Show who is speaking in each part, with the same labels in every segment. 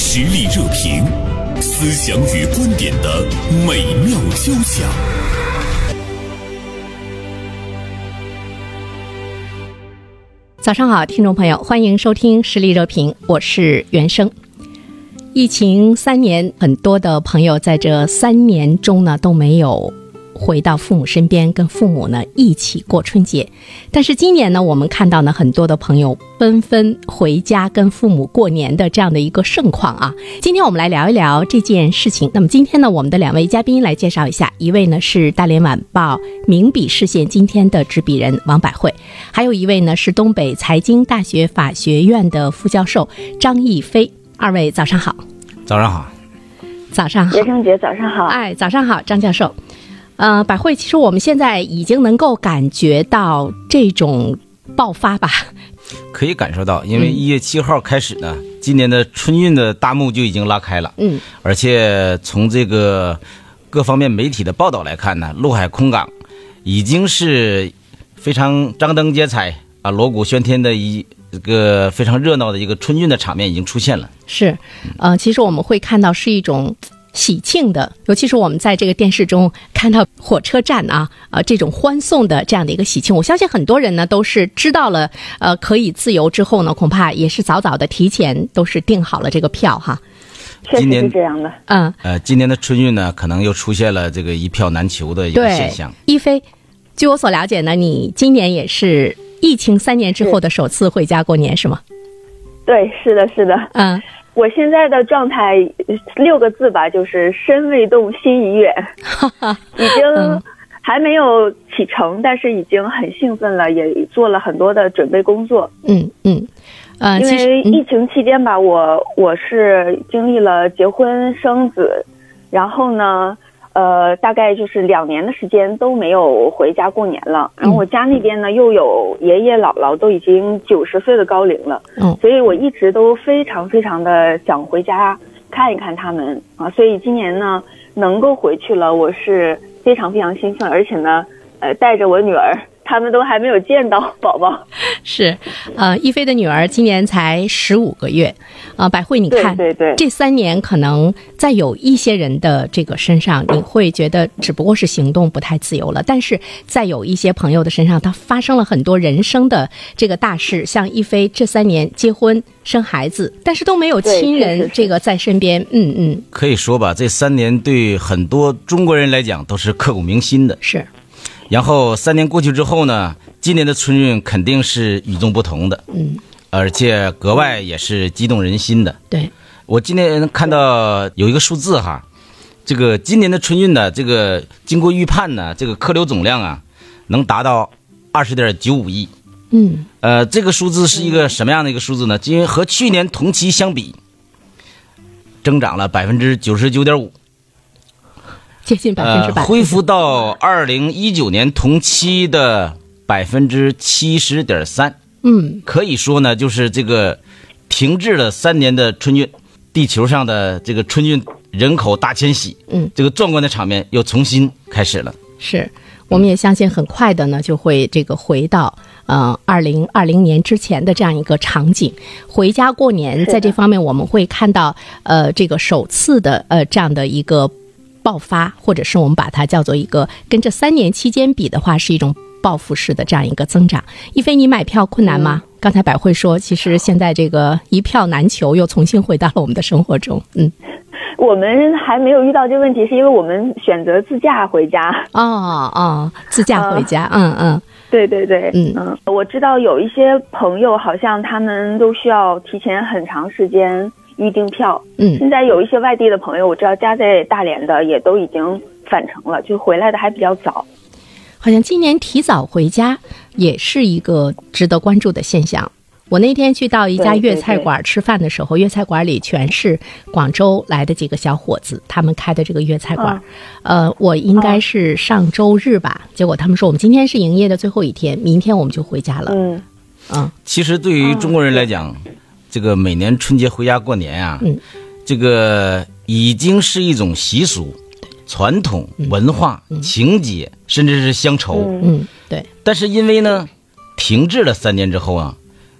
Speaker 1: 实力热评，思想与观点的美妙交响。
Speaker 2: 早上好，听众朋友，欢迎收听《实力热评》，我是袁生。疫情三年，很多的朋友在这三年中呢都没有回到父母身边，跟父母呢一起过春节。但是今年呢，我们看到呢很多的朋友纷纷回家跟父母过年的这样的一个盛况啊。今天我们来聊一聊这件事情。那么今天呢，我们的两位嘉宾来介绍一下，一位呢是大连晚报名笔视线今天的执笔人王百惠，还有一位呢是东北财经大学法学院的副教授张逸飞。二位早上好。
Speaker 3: 早上好，
Speaker 2: 早上好
Speaker 4: 袁，生姐，早上好。
Speaker 2: 哎，早上好，张教授。呃，百惠，其实我们现在已经能够感觉到这种爆发吧？
Speaker 3: 可以感受到，因为一月七号开始呢，今年的春运的大幕就已经拉开了，
Speaker 2: 嗯，
Speaker 3: 而且从这个各方面媒体的报道来看呢，陆海空港已经是非常张灯结彩啊，锣鼓喧天的一一个非常热闹的一个春运的场面已经出现了。
Speaker 2: 是，呃，其实我们会看到是一种嘖喜庆的，尤其是我们在这个电视中看到火车站啊，呃，这种欢送的这样的一个喜庆。我相信很多人呢都是知道了，呃，可以自由之后呢，恐怕也是早早的提前都是订好了这个票哈。
Speaker 4: 确
Speaker 3: 今
Speaker 4: 实
Speaker 3: 年
Speaker 4: 是这样的。
Speaker 2: 嗯，
Speaker 3: 呃，今年的春运呢，可能又出现了这个一票难求的一个
Speaker 2: 对，
Speaker 3: 现象。
Speaker 2: 一飞，据我所了解呢，你今年也是疫情三年之后的首次回家过年是吗？
Speaker 4: 对，是的，是的。
Speaker 2: 嗯，
Speaker 4: 我现在的状态呃六个字吧，就是身未动，心已远。已经还没有启程，但是已经很兴奋了，也做了很多的准备工作。
Speaker 2: 嗯嗯，呃，
Speaker 4: 因
Speaker 2: 其实
Speaker 4: 为
Speaker 2: 嗯
Speaker 4: 疫情期间吧，我我是经历了结婚生子，然后呢，呃，大概就是两年的时间都没有回家过年了。
Speaker 2: 嗯
Speaker 4: 然后我家那边呢，又有爷爷姥姥都已经九十岁的高龄了，
Speaker 2: 嗯
Speaker 4: 所以我一直都非常非常的想回家看一看他们啊。所以今年呢，能够回去了，我是非常非常兴奋，而且呢，呃，带着我女儿，他们都还没有见到宝宝。
Speaker 2: 是，呃，一飞的女儿今年才十五个月，呃，百惠，你
Speaker 4: 对
Speaker 2: 看
Speaker 4: 对对
Speaker 2: 这三年可能在有一些人的这个身上，你会觉得只不过是行动不太自由了，但是在有一些朋友的身上，他发生了很多人生的这个大事，像一飞这三年结婚生孩子，但是都没有
Speaker 4: 对
Speaker 2: 亲
Speaker 4: 确实
Speaker 2: 人
Speaker 4: 是
Speaker 2: 这个在身边，嗯嗯，
Speaker 3: 可以说吧，这三年对很多中国人来讲都是刻骨铭心的。
Speaker 2: 是，
Speaker 3: 然后三年过去之后呢，今年的春运肯定是与众不同的，
Speaker 2: 嗯，
Speaker 3: 而且格外也是激动人心的。
Speaker 2: 对，
Speaker 3: 我今天看到有一个数字哈，这个今年的春运呢，这个经过预判呢，这个客流总量啊，能达到二十点九五亿。
Speaker 2: 嗯
Speaker 3: 呃，这个数字是一个什么样的一个数字呢？因为和去年同期相比，增长了百分之九十九点五。
Speaker 2: 接近百分之百，
Speaker 3: 呃，恢复到二零一九年同期的百分之七十点三。
Speaker 2: 嗯
Speaker 3: 可以说呢，就是这个停滞了三年的春运，地球上的这个春运人口大迁徙，
Speaker 2: 嗯，
Speaker 3: 这个壮观的场面又重新开始了。
Speaker 2: 是，我们也相信很快的呢就会这个回到呃二零二零年之前的这样一个场景，回家过年，在这方面我们会看到呃这个首次的呃这样的一个爆发，或者是我们把它叫做一个跟这三年期间比的话是一种报复式的这样一个增长。一菲，你买票困难吗？刚才百惠说，其实现在这个一票难求，又重新回到了我们的生活中。嗯，
Speaker 4: 我们还没有遇到这个问题，是因为我们选择自驾回家。
Speaker 2: 哦哦，自驾回
Speaker 4: 啊
Speaker 2: 家，嗯嗯，
Speaker 4: 对对对，
Speaker 2: 嗯
Speaker 4: 我知道有一些朋友好像他们都需要提前很长时间预订票。
Speaker 2: 嗯
Speaker 4: 现在有一些外地的朋友，我知道家在大连的也都已经返程了，就回来的还比较早。
Speaker 2: 好像今年提早回家也是一个值得关注的现象。我那天去到一家
Speaker 4: 对对
Speaker 2: 粤菜馆吃饭的时候，粤菜馆里全是广州来的几个小伙子，他们开的这个粤菜
Speaker 4: 啊
Speaker 2: 馆。呃，我应该是上周日吧，结果他们说我们今天是营业的最后一天，明天我们就回家了。
Speaker 4: 嗯，
Speaker 2: 嗯，
Speaker 3: 其实对于中国人来讲，这个每年春节回家过年啊，
Speaker 2: 嗯
Speaker 3: 这个已经是一种习俗、传统文化、情节，甚至是乡愁。
Speaker 4: 嗯
Speaker 2: 嗯，对，
Speaker 3: 但是因为呢，停滞了三年之后啊，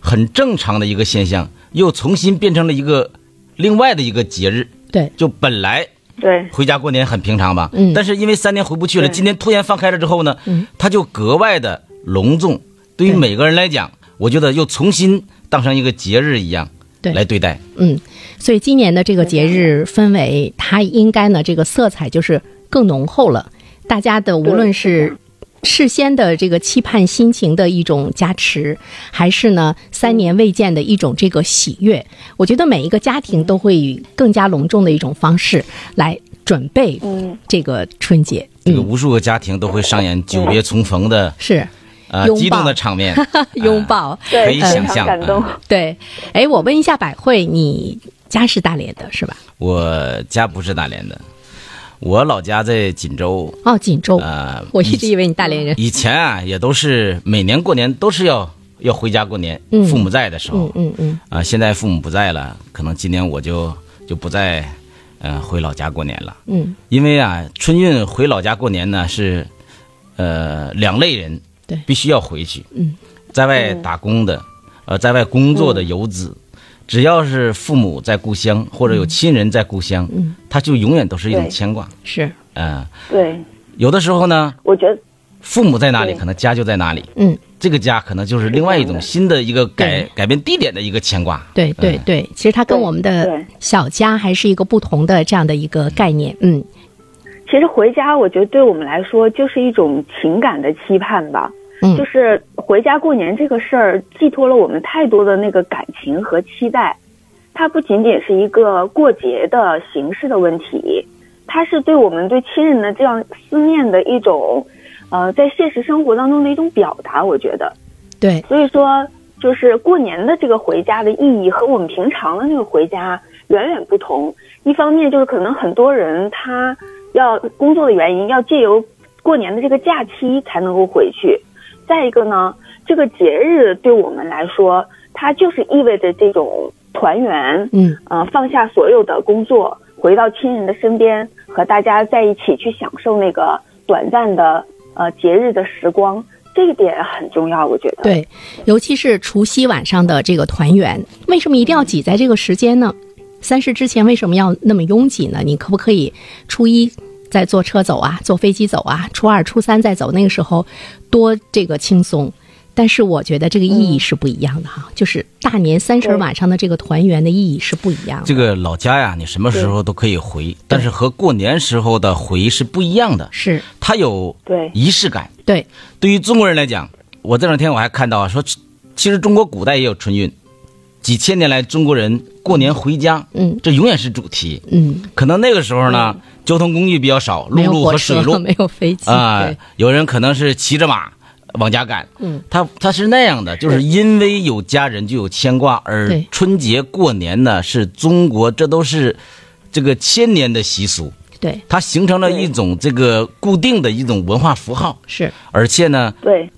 Speaker 3: 很正常的一个现象，又重新变成了一个另外的一个节日。
Speaker 2: 对，
Speaker 3: 就本来
Speaker 4: 对，
Speaker 3: 回家过年很平常吧，
Speaker 2: 嗯
Speaker 3: 但是因为三年回不去了，
Speaker 4: 对
Speaker 3: 今年突然放开了之后呢，
Speaker 2: 嗯
Speaker 3: 他就格外的隆重，对于
Speaker 2: 对
Speaker 3: 每个人来讲，我觉得又重新当成一个节日一样
Speaker 2: 对
Speaker 3: 来对待。
Speaker 2: 嗯，所以今年的这个节日氛围，它应该呢这个色彩就是更浓厚了。大家的无论是事先的这个期盼心情的一种加持，还是呢三年未见的一种这个喜悦，我觉得每一个家庭都会以更加隆重的一种方式来准备
Speaker 4: 嗯，
Speaker 2: 这个春节。
Speaker 3: 这个无数个家庭都会上演久别重逢的
Speaker 2: 是
Speaker 3: 呃
Speaker 2: 拥抱
Speaker 3: 激动的场面， 啊
Speaker 2: 拥抱。
Speaker 4: 对，
Speaker 3: 可以想
Speaker 4: 非常
Speaker 3: 象
Speaker 4: 感 动。
Speaker 2: 对，哎，我问一下百惠，你家是大连的是吧？
Speaker 3: 我家不是大连的，我老家在锦州，
Speaker 2: 哦，锦州。
Speaker 3: 呃，
Speaker 2: 我
Speaker 3: 以
Speaker 2: 一直以为你大连人。
Speaker 3: 以前啊也都是每年过年都是要要回家过年，
Speaker 2: 嗯
Speaker 3: 父母在的时候，
Speaker 2: 嗯嗯嗯，
Speaker 3: 啊、现在父母不在了，可能今年我就就不再，呃，回老家过年了。
Speaker 2: 嗯，
Speaker 3: 因为啊，春运回老家过年呢是，呃，两类人，
Speaker 2: 对
Speaker 3: 必须要回去。
Speaker 2: 嗯，
Speaker 3: 在外打工的，呃，在外工作的游子，
Speaker 2: 嗯
Speaker 3: 只要是父母在故乡或者有亲人在故乡，
Speaker 2: 嗯，
Speaker 3: 他就永远都是一种
Speaker 4: 对
Speaker 3: 牵挂。
Speaker 2: 是，
Speaker 3: 嗯、
Speaker 4: 对，
Speaker 3: 有的时候呢，
Speaker 4: 我觉得
Speaker 3: 父母在哪里，
Speaker 4: 对
Speaker 3: 可能家就在哪里。
Speaker 2: 嗯。
Speaker 3: 这个家可能就是另外一
Speaker 4: 是这样
Speaker 3: 种
Speaker 4: 的
Speaker 3: 新的一个改
Speaker 2: 对
Speaker 3: 改变地点的一个牵挂。
Speaker 2: 对对
Speaker 3: 嗯
Speaker 2: 对，其实它跟
Speaker 4: 对
Speaker 2: 我们的
Speaker 4: 对
Speaker 2: 小家还是一个不同的这样的一个概念。嗯，
Speaker 4: 其实回家，我觉得对我们来说就是一种情感的期盼吧。
Speaker 2: 嗯
Speaker 4: 就是回家过年这个事儿，寄托了我们太多的那个感情和期待。它不仅仅是一个过节的形式的问题，它是对我们对亲人的这样思念的一种，呃，在现实生活当中的一种表达。我觉得，
Speaker 2: 对，
Speaker 4: 所以说，就是过年的这个回家的意义和我们平常的那个回家远远不同。一方面就是可能很多人他要工作的原因，要借由过年的这个假期才能够回去。再一个呢，这个节日对我们来说，它就是意味着这种团圆，
Speaker 2: 嗯
Speaker 4: 呃，放下所有的工作，回到亲人的身边，和大家在一起去享受那个短暂的呃节日的时光，这一点很重要，我觉得。
Speaker 2: 对，尤其是除夕晚上的这个团圆，为什么一定要挤在这个时间呢？三十之前为什么要那么拥挤呢？你可不可以初一再坐车走啊，坐飞机走啊，初二、初三再走，那个时候多这个轻松。但是我觉得这个意义是不一样的哈，就是大年三十
Speaker 4: 对
Speaker 2: 晚上的这个团圆的意义是不一样的。
Speaker 3: 这个老家呀，你什么时候都可以回，但是和过年时候的回是不一样的，
Speaker 2: 是
Speaker 3: 它有
Speaker 4: 对
Speaker 3: 仪式感。
Speaker 2: 对，
Speaker 3: 对于中国人来讲，我这两天我还看到啊，说其实中国古代也有春运，几千年来中国人过年回家，
Speaker 2: 嗯
Speaker 3: 这永远是主题。
Speaker 2: 嗯，
Speaker 3: 可能那个时候呢，交通工具比较少，陆
Speaker 2: 没有
Speaker 3: 路
Speaker 2: 火
Speaker 3: 和水
Speaker 2: 车，
Speaker 3: 路
Speaker 2: 没有飞机
Speaker 3: 啊、
Speaker 2: 对
Speaker 3: 有人可能是骑着马往家赶，
Speaker 2: 嗯，
Speaker 3: 他他是那样的，就是因为有家人就有牵挂，而
Speaker 2: 对
Speaker 3: 春节过年呢，是中国这都是这个千年的习俗，
Speaker 2: 对，
Speaker 3: 它形成了
Speaker 4: 对
Speaker 3: 一种这个固定的一种文化符号，
Speaker 2: 是
Speaker 3: 而且呢，
Speaker 4: 对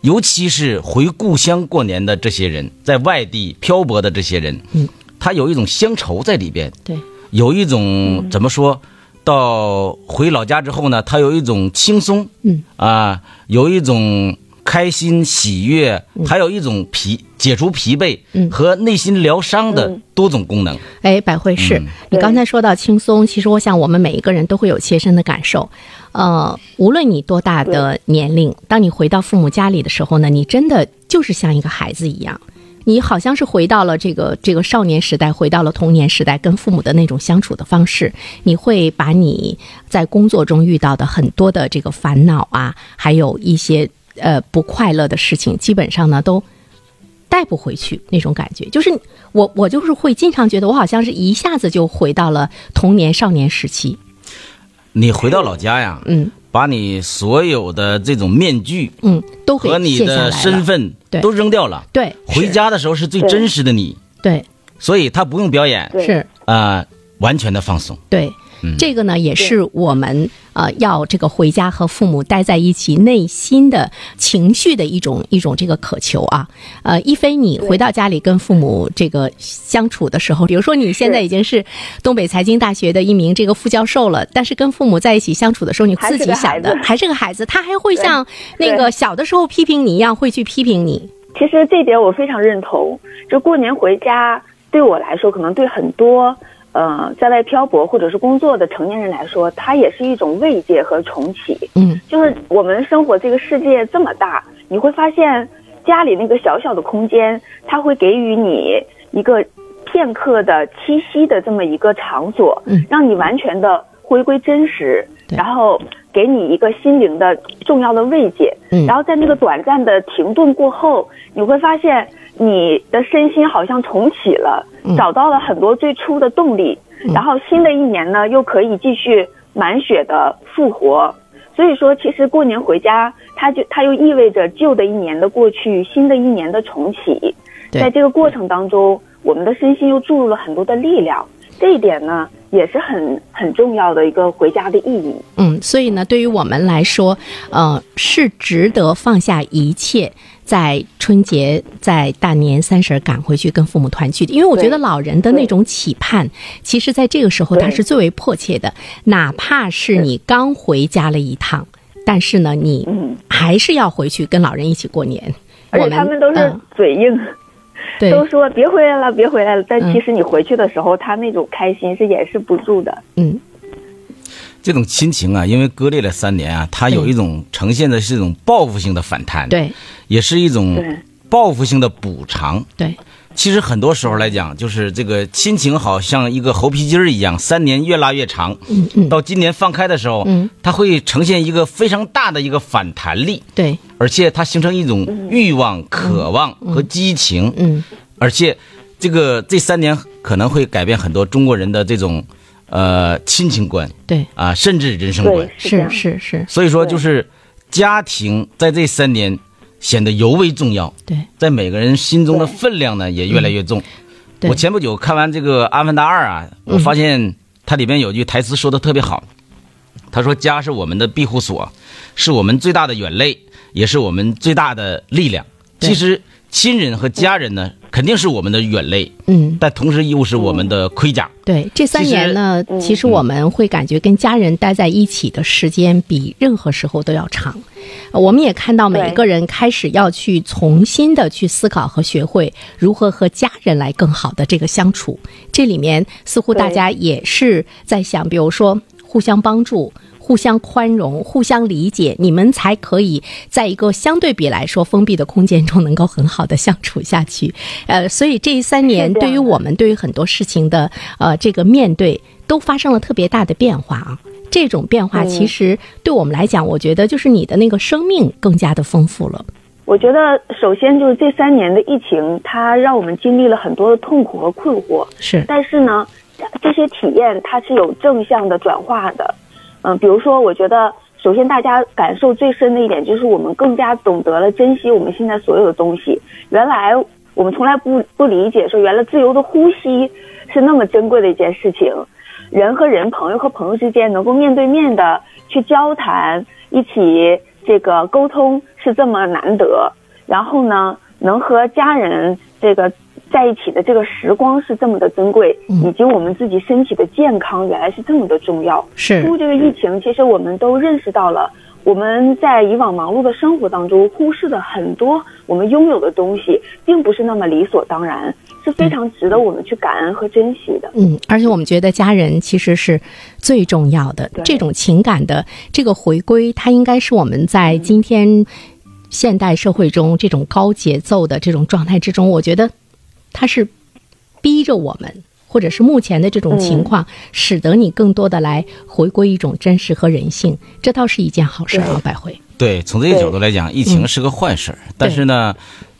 Speaker 3: 尤其是回故乡过年的这些人，在外地漂泊的这些人，
Speaker 2: 嗯，
Speaker 3: 他有一种乡愁在里边，
Speaker 2: 对，
Speaker 3: 有一种怎么说？到回老家之后呢，他有一种轻松，
Speaker 2: 嗯
Speaker 3: 啊，有一种开心喜悦，还有一种疲解除疲惫
Speaker 2: 嗯
Speaker 3: 和内心疗伤的多种功能。
Speaker 2: 哎，百惠是、
Speaker 3: 嗯
Speaker 2: 你
Speaker 4: 对
Speaker 2: 刚才说到轻松，其实我想我们每一个人都会有切身的感受。呃，无论你多大的年龄，当你回到父母家里的时候呢，你真的就是像一个孩子一样，你好像是回到了这个这个少年时代，回到了童年时代，跟父母的那种相处的方式。你会把你在工作中遇到的很多的这个烦恼啊，还有一些呃不快乐的事情，基本上呢都带不回去那种感觉。就是我我就是会经常觉得我好像是一下子就回到了童年少年时期。
Speaker 3: 你回到老家呀，
Speaker 2: 嗯
Speaker 3: 把你所有的这种面具
Speaker 2: 嗯，都会
Speaker 3: 和你
Speaker 2: 卸下来
Speaker 3: 的
Speaker 2: 了。
Speaker 3: 身份
Speaker 2: 对
Speaker 3: 都扔掉了，
Speaker 2: 对
Speaker 3: 回
Speaker 2: 是
Speaker 3: 家的时候是最真实的你，
Speaker 2: 对
Speaker 3: 所以他不用表演，
Speaker 4: 对
Speaker 2: 是
Speaker 3: 啊，完全的放松。
Speaker 2: 对。这个呢，也是我们呃要这个回家和父母待在一起，内心的情绪的一种一种这个渴求啊。呃，一菲，你回到家里跟父母这个相处的时候，比如说你现在已经是东北财经大学的一名这个副教授了，但是跟父母在一起相处的时候，你
Speaker 4: 还
Speaker 2: 自
Speaker 4: 是
Speaker 2: 己
Speaker 4: 个
Speaker 2: 想
Speaker 4: 孩
Speaker 2: 的
Speaker 4: 子
Speaker 2: 还是个孩子，他还会
Speaker 4: 对
Speaker 2: 像那
Speaker 4: 对
Speaker 2: 个小的时候批评你一样，会去批评你。
Speaker 4: 其实这点我非常认同。就过年回家，对我来说，可能对很多呃在外漂泊或者是工作的成年人来说，它也是一种慰藉和重启。
Speaker 2: 嗯，
Speaker 4: 就是我们生活这个世界这么大，你会发现家里那个小小的空间，它会给予你一个片刻的栖息的这么一个场所，
Speaker 2: 嗯
Speaker 4: 让你完全的回归真实，
Speaker 2: 对
Speaker 4: 然后给你一个心灵的重要的慰藉。
Speaker 2: 嗯
Speaker 4: 然后在那个短暂的停顿过后，你会发现你的身心好像重启了，
Speaker 2: 嗯
Speaker 4: 找到了很多最初的动力。然后新的一年呢，又可以继续满血的复活。所以说，其实过年回家，它就它又意味着旧的一年的过去，新的一年的重启。
Speaker 2: 对
Speaker 4: 在这个过程当中，我们的身心又注入了很多的力量，这一点呢，也是很很重要的一个回家的意义。
Speaker 2: 嗯，所以呢，对于我们来说，呃，是值得放下一切，在春节、在大年三十儿赶回去跟父母团聚的。因为我觉得
Speaker 4: 对
Speaker 2: 老人的那种期盼，其实在这个时候
Speaker 4: 对
Speaker 2: 他是最为迫切的。哪怕是你刚回家了一趟，但是呢，你
Speaker 4: 嗯
Speaker 2: 还是要回去跟老人一起过年。
Speaker 4: 而
Speaker 2: 我
Speaker 4: 且他们都是
Speaker 2: 嗯
Speaker 4: 嘴硬，
Speaker 2: 对，
Speaker 4: 都说别回来了，别回来了。但
Speaker 2: 嗯
Speaker 4: 其实你回去的时候，他那种开心是掩饰不住的。
Speaker 2: 嗯，
Speaker 3: 这种亲情啊，因为割裂了三年啊，它有一种呈现的是一种报复性的反弹，，
Speaker 2: 对
Speaker 3: 也是一
Speaker 4: 对
Speaker 3: 种报复性的补偿。
Speaker 2: 对，
Speaker 3: 其实很多时候来讲，就是这个亲情好像一个猴皮筋儿一样，三年越拉越长，
Speaker 2: 嗯嗯，
Speaker 3: 到今年放开的时候，
Speaker 2: 嗯
Speaker 3: 它会呈现一个非常大的一个反弹力，
Speaker 2: 对，
Speaker 3: 而且它形成一种欲望、渴望和激情，
Speaker 2: 嗯
Speaker 3: 而且这个这三年可能会改变很多中国人的这种呃亲情观
Speaker 2: 对，
Speaker 3: 啊，甚至人生观
Speaker 4: 对。，这
Speaker 2: 是
Speaker 4: 样。
Speaker 2: 是是，
Speaker 3: 所以说，就是家庭在这三年显得尤为重要，
Speaker 2: 对
Speaker 3: 在每个人心中的分量呢也越来越重。
Speaker 2: 嗯对嗯
Speaker 3: 我前不久看完这个《阿凡达二》啊，我发现它里面有句台词说的特别好，他说：“家是我们的庇护所，是我们最大的眼泪，也是我们最大的力量。”
Speaker 2: 对
Speaker 3: 其实，亲人和家人呢，肯定是我们的眼泪，
Speaker 2: 嗯。
Speaker 3: 但同时又是我们的盔甲。
Speaker 2: 对，这三
Speaker 3: 其实
Speaker 2: 年呢，其实我们会感觉跟家人待在一起的时间比任何时候都要长。呃我们也看到每一
Speaker 4: 对
Speaker 2: 个人开始要去重新的去思考和学会如何和家人来更好的这个相处。这里面似乎大
Speaker 4: 对
Speaker 2: 家也是在想，比如说互相帮助。互相宽容、互相理解，你们才可以在一个相对比来说封闭的空间中，能够很好的相处下去。呃，所以这三年
Speaker 4: 是这
Speaker 2: 对
Speaker 4: 样
Speaker 2: 于
Speaker 4: 的
Speaker 2: 我们对于很多事情的呃这个面对都发生了特别大的变化啊。这种变化
Speaker 4: 嗯
Speaker 2: 其实对我们来讲，我觉得就是你的那个生命更加的丰富了。
Speaker 4: 我觉得，首先就是这三年的疫情，它让我们经历了很多的痛苦和困惑，
Speaker 2: 是，
Speaker 4: 但是呢，这些体验它是有正向的转化的。嗯、比如说，我觉得首先大家感受最深的一点就是我们更加懂得了珍惜我们现在所有的东西。原来我们从来不不理解，说原来自由的呼吸是那么珍贵的一件事情。人和人、朋友和朋友之间能够面对面的去交谈，一起这个沟通是这么难得。然后呢，能和家人这个在一起的这个时光是这么的珍贵，
Speaker 2: 嗯
Speaker 4: 以及我们自己身体的健康原来是这么的重要。
Speaker 2: 是
Speaker 4: 通过这个疫情，其实我们都认识到了，我们在以往忙碌的生活当中忽视的很多我们拥有的东西，并不是那么理所当然，是非常值得我们去感恩和珍惜的。
Speaker 2: 嗯，而且我们觉得家人其实是最重要的，
Speaker 4: 对
Speaker 2: 这种情感的这个回归，它应该是我们在今天现代社会中这种高节奏的这种状态之中，我觉得它是逼着我们。或者是目前的这种情况，使得你更多的来回归一种真实和人性，这倒是一件好事儿啊，百惠。
Speaker 3: 对，从这个角度来讲，疫情是个坏事儿，
Speaker 2: 嗯
Speaker 3: 但
Speaker 2: 对
Speaker 3: 是呢，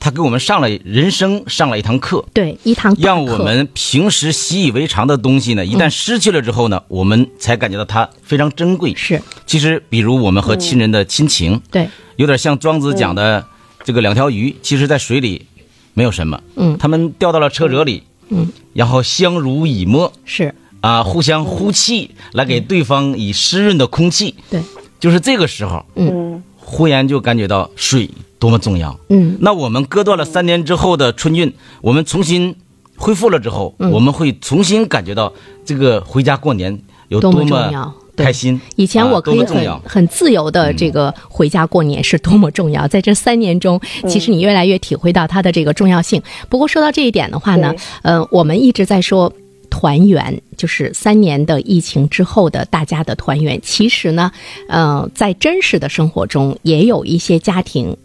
Speaker 3: 它给我们上了人生上了一堂课，
Speaker 2: 对，一堂大课嗯
Speaker 3: 让我们平时习以为常的东西呢，一旦失去了之后呢，我们才感觉到它非常珍贵。
Speaker 2: 是嗯
Speaker 3: 其实，比如我们和亲人的亲情，
Speaker 2: 对，
Speaker 3: 有点像庄子讲的这个两条鱼，其实在水里没有什么，
Speaker 2: 嗯
Speaker 3: 他们掉到了车辙里，
Speaker 2: 嗯，
Speaker 3: 然后相濡以沫
Speaker 2: 是，
Speaker 3: 啊，互相呼气，来给对方以湿润的空气。
Speaker 2: 对，
Speaker 3: 就是这个时候，
Speaker 4: 嗯，
Speaker 3: 忽然就感觉到水多么重要。
Speaker 2: 嗯，
Speaker 3: 那我们割断了三年之后的春运，我们重新
Speaker 2: 嗯
Speaker 3: 恢复了之后，我们会重新感觉到这个回家过年有
Speaker 2: 多么
Speaker 3: 么
Speaker 2: 重要对
Speaker 3: 开心。
Speaker 2: 以前
Speaker 3: 啊
Speaker 2: 我可以
Speaker 3: 多么重
Speaker 2: 很、嗯
Speaker 3: 要嗯
Speaker 2: 很自由的这个回家过年是多么重要，在这三年中，其实你越来越体会到它的这个重要性。不过说到这一点的话呢
Speaker 4: 对，
Speaker 2: 呃，我们一直在说团圆，就是三年的疫情之后的大家的团圆。其实呢，呃，在真实的生活中，也有一些家庭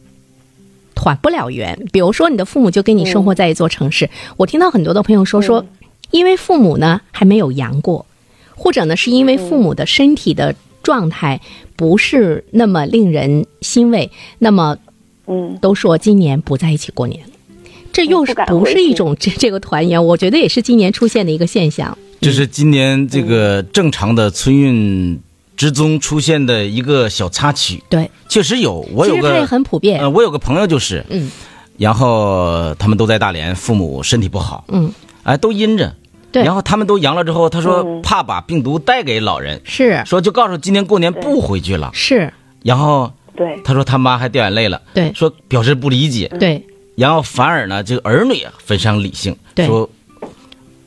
Speaker 2: 团不了圆。比如说，你的父母就跟你生活在一座城市，我听到很多的朋友说说，因为父母呢还没有阳过，或者呢是因为父
Speaker 4: 嗯
Speaker 2: 母的身体的状态不是那么令人欣慰，那么
Speaker 4: 嗯，
Speaker 2: 都说今年不在一起过年。这又是
Speaker 4: 不敢
Speaker 2: 不
Speaker 4: 回
Speaker 2: 是一
Speaker 4: 去
Speaker 2: 种 这这个团圆？我觉得也是今年出现的一个现象。
Speaker 3: 这是今年这个正常的春运之中出现的一个小插曲，
Speaker 2: 对，
Speaker 3: 确实有。我
Speaker 2: 其
Speaker 3: 有
Speaker 2: 实它也
Speaker 3: 个
Speaker 2: 很普遍。
Speaker 3: 呃，我有个朋友就是，
Speaker 2: 嗯，
Speaker 3: 然后他们都在大连，父母身体不好，
Speaker 2: 嗯，
Speaker 3: 哎，都阴着。
Speaker 2: 对
Speaker 3: 然后他们都阳了之后，他说
Speaker 4: 嗯
Speaker 3: 怕把病毒带给老人，
Speaker 2: 是
Speaker 3: 说就告诉今年过年不回去了。
Speaker 2: 是，
Speaker 3: 然后
Speaker 4: 对，
Speaker 3: 他说他妈还掉眼泪了，
Speaker 2: 对
Speaker 3: 说表示不理解。
Speaker 2: 对
Speaker 3: 然后反而呢，这个儿女啊非常理性，
Speaker 2: 对
Speaker 3: 说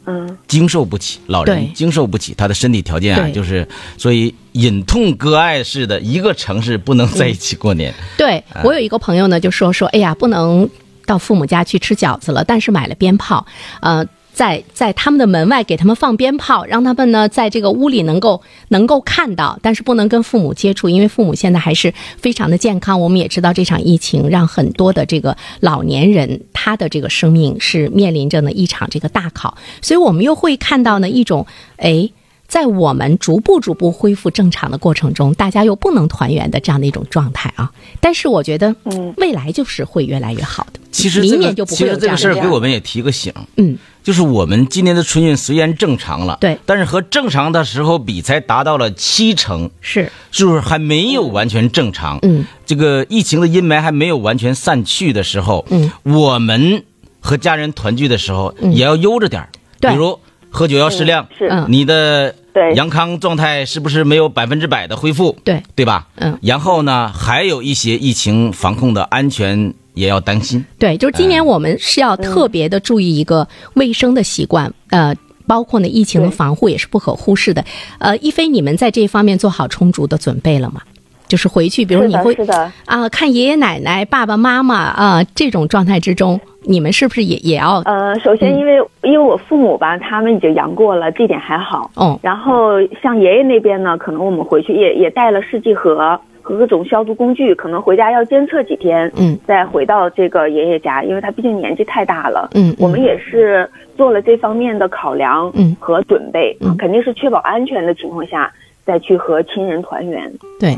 Speaker 4: 嗯，
Speaker 3: 经受不起，老
Speaker 2: 对
Speaker 3: 人经受不起他的身体条件啊，
Speaker 2: 对
Speaker 3: 就是所以忍痛割爱似的，一个城市不能在一起过年。
Speaker 2: 对。我有一个朋友呢，就说说，哎呀，不能到父母家去吃饺子了，但是买了鞭炮，呃。在在他们的门外给他们放鞭炮，让他们呢在这个屋里能够能够看到，但是不能跟父母接触，因为父母现在还是非常的健康。我们也知道这场疫情让很多的这个老年人他的这个生命是面临着呢一场这个大考，所以我们又会看到呢一种哎。在我们逐步逐步恢复正常的过程中，大家又不能团圆的这样的一种状态啊。但是我觉得，嗯，未来就是会越来越好的。
Speaker 3: 其实这
Speaker 2: 明
Speaker 3: 个
Speaker 2: 年就不
Speaker 3: 其
Speaker 2: 会有这
Speaker 3: 实这
Speaker 2: 样的
Speaker 3: 个事
Speaker 2: 这
Speaker 3: 儿给
Speaker 2: 样
Speaker 3: 我们也提个醒，
Speaker 2: 嗯，
Speaker 3: 就是我们今年的春运虽然正常了，
Speaker 2: 对
Speaker 3: 但是和正常的时候比才达到了七成，
Speaker 2: 是
Speaker 3: 是不是还没有完全正常？
Speaker 2: 嗯，
Speaker 3: 这个疫情的阴霾还没有完全散去的时候，
Speaker 2: 嗯，
Speaker 3: 我们和家人团聚的时候也要悠着点儿，
Speaker 2: 对
Speaker 3: 比如喝酒要适量，
Speaker 4: 是
Speaker 2: 嗯
Speaker 3: 你的
Speaker 4: 对
Speaker 3: 阳康状态是不是没有百分之百的恢复？
Speaker 2: 对
Speaker 3: 对吧？
Speaker 2: 嗯
Speaker 3: 然后呢，还有一些疫情防控的安全也要担心。
Speaker 2: 对，就是
Speaker 3: 哎
Speaker 2: 今年我们是要特别的注意一个卫生的习惯，呃。包括呢，疫情的
Speaker 4: 对
Speaker 2: 防护也是不可忽视的。呃，一菲，你们在这方面做好充足的准备了吗？就是回去，比如
Speaker 4: 是
Speaker 2: 你
Speaker 4: 的，
Speaker 2: 会
Speaker 4: 是的，
Speaker 2: 啊、看爷爷奶奶、爸爸妈妈啊、这种状态之中，你们是不是也也要？
Speaker 4: 呃，首先因为、因为我父母吧，他们已经阳过了，这点还好。
Speaker 2: 哦，
Speaker 4: 然后像爷爷那边呢，可能我们回去也也带了试剂盒和各种消毒工具，可能回家要监测几天，
Speaker 2: 嗯，
Speaker 4: 再回到这个爷爷家，因为他毕竟年纪太大了。
Speaker 2: 嗯，
Speaker 4: 我们也是做了这方面的考量，
Speaker 2: 嗯
Speaker 4: 和准备，啊
Speaker 2: 嗯
Speaker 4: 肯定是确保安全的情况下再去和亲人团圆。
Speaker 2: 对，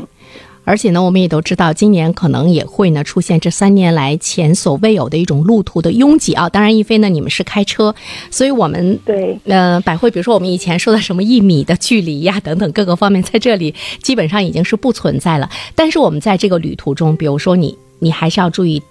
Speaker 2: 而且呢，我们也都知道，今年可能也会呢出现这三年来前所未有的一种路途的拥挤啊。当然，一飞呢，你们是开车，所以我们
Speaker 4: 对，
Speaker 2: 呃，百惠，比如说我们以前说的什么一米的距离呀、等等各个方面，在这里基本上已经是不存在了。但是我们在这个旅途中，比如说你，你还是要注意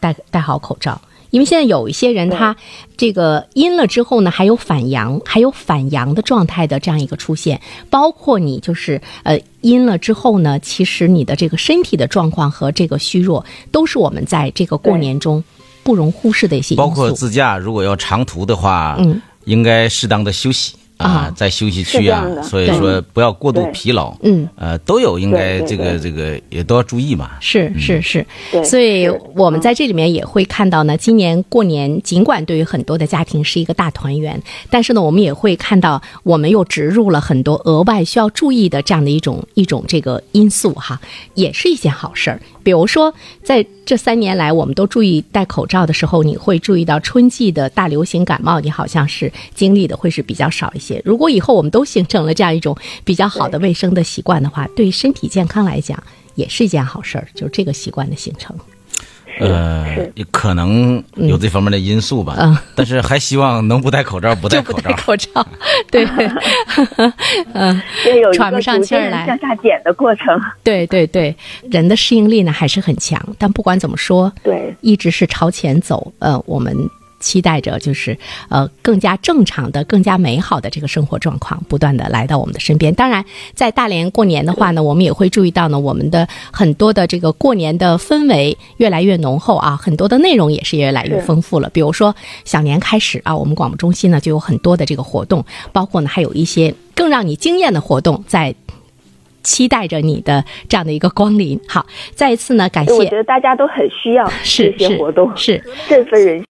Speaker 2: 戴戴好口罩，因为现在有一些人他这个阴了之后呢，还有反阳，还有反阳的状态的这样一个出现，包括你就是呃阴了之后呢，其实你的这个身体的状况和这个虚弱，都是我们在这个过
Speaker 4: 对
Speaker 2: 年中不容忽视的一些因素。
Speaker 3: 包括自驾，如果要长途的话，
Speaker 2: 嗯，
Speaker 3: 应该适当的休息啊，
Speaker 2: 啊
Speaker 3: 在休息
Speaker 4: 是
Speaker 3: 区
Speaker 4: 这
Speaker 3: 啊
Speaker 4: 样，的
Speaker 3: 所以
Speaker 2: 对
Speaker 3: 说不要过度
Speaker 4: 对
Speaker 3: 疲劳，
Speaker 2: 嗯。
Speaker 3: 呃，都有应该这
Speaker 4: 对对
Speaker 3: 个这个也都要注意嘛。
Speaker 2: 是是是，
Speaker 4: 对
Speaker 2: 所以
Speaker 4: 是
Speaker 2: 我们在这里面也会看到呢，今年过年尽管对于很多的家庭是一个大团圆，但是呢，我们也会看到我们又植入了很多额外需要注意的这样的一种一种这个因素哈，也是一件好事儿。比如说，在这三年来，我们都注意戴口罩的时候，你会注意到春季的大流行感冒，你好像是经历的会是比较少一些。如果以后我们都形成了这样一种比较好的卫生的习惯的话，对身体健康来讲也是一件好事儿，就这个习惯的形成。
Speaker 4: 是
Speaker 3: 呃
Speaker 4: 是，
Speaker 3: 可能有这方面的因素吧，
Speaker 2: 嗯
Speaker 3: 但是还希望能不戴口罩不戴
Speaker 2: 就不
Speaker 3: 口
Speaker 2: 戴
Speaker 3: 罩。
Speaker 2: 口罩， 对，嗯，
Speaker 4: 这有一
Speaker 2: 喘不
Speaker 4: 个
Speaker 2: 上
Speaker 4: 逐
Speaker 2: 气儿
Speaker 4: 渐
Speaker 2: 来
Speaker 4: 向下减的过程。
Speaker 2: 对对对，人的适应力呢还是很强，但不管怎么说，
Speaker 4: 对，
Speaker 2: 一直是朝前走。呃，我们期待着就是呃更加正常的、更加美好的这个生活状况不断的来到我们的身边。当然，在大连过年的话呢，我们也会注意到呢，我们的很多的这个过年的氛围越来越浓厚啊，很多的内容也是越来越
Speaker 4: 是
Speaker 2: 丰富了。比如说小年开始啊，我们广播啊中心呢就有很多的这个活动，包括呢还有一些更让你惊艳的活动在。期待着你的这样的一个光临。好，再一次呢，感
Speaker 4: 我
Speaker 2: 谢
Speaker 4: 觉得大家都很需要
Speaker 2: 是
Speaker 4: 这些活动，
Speaker 2: 是是
Speaker 4: 振奋人心。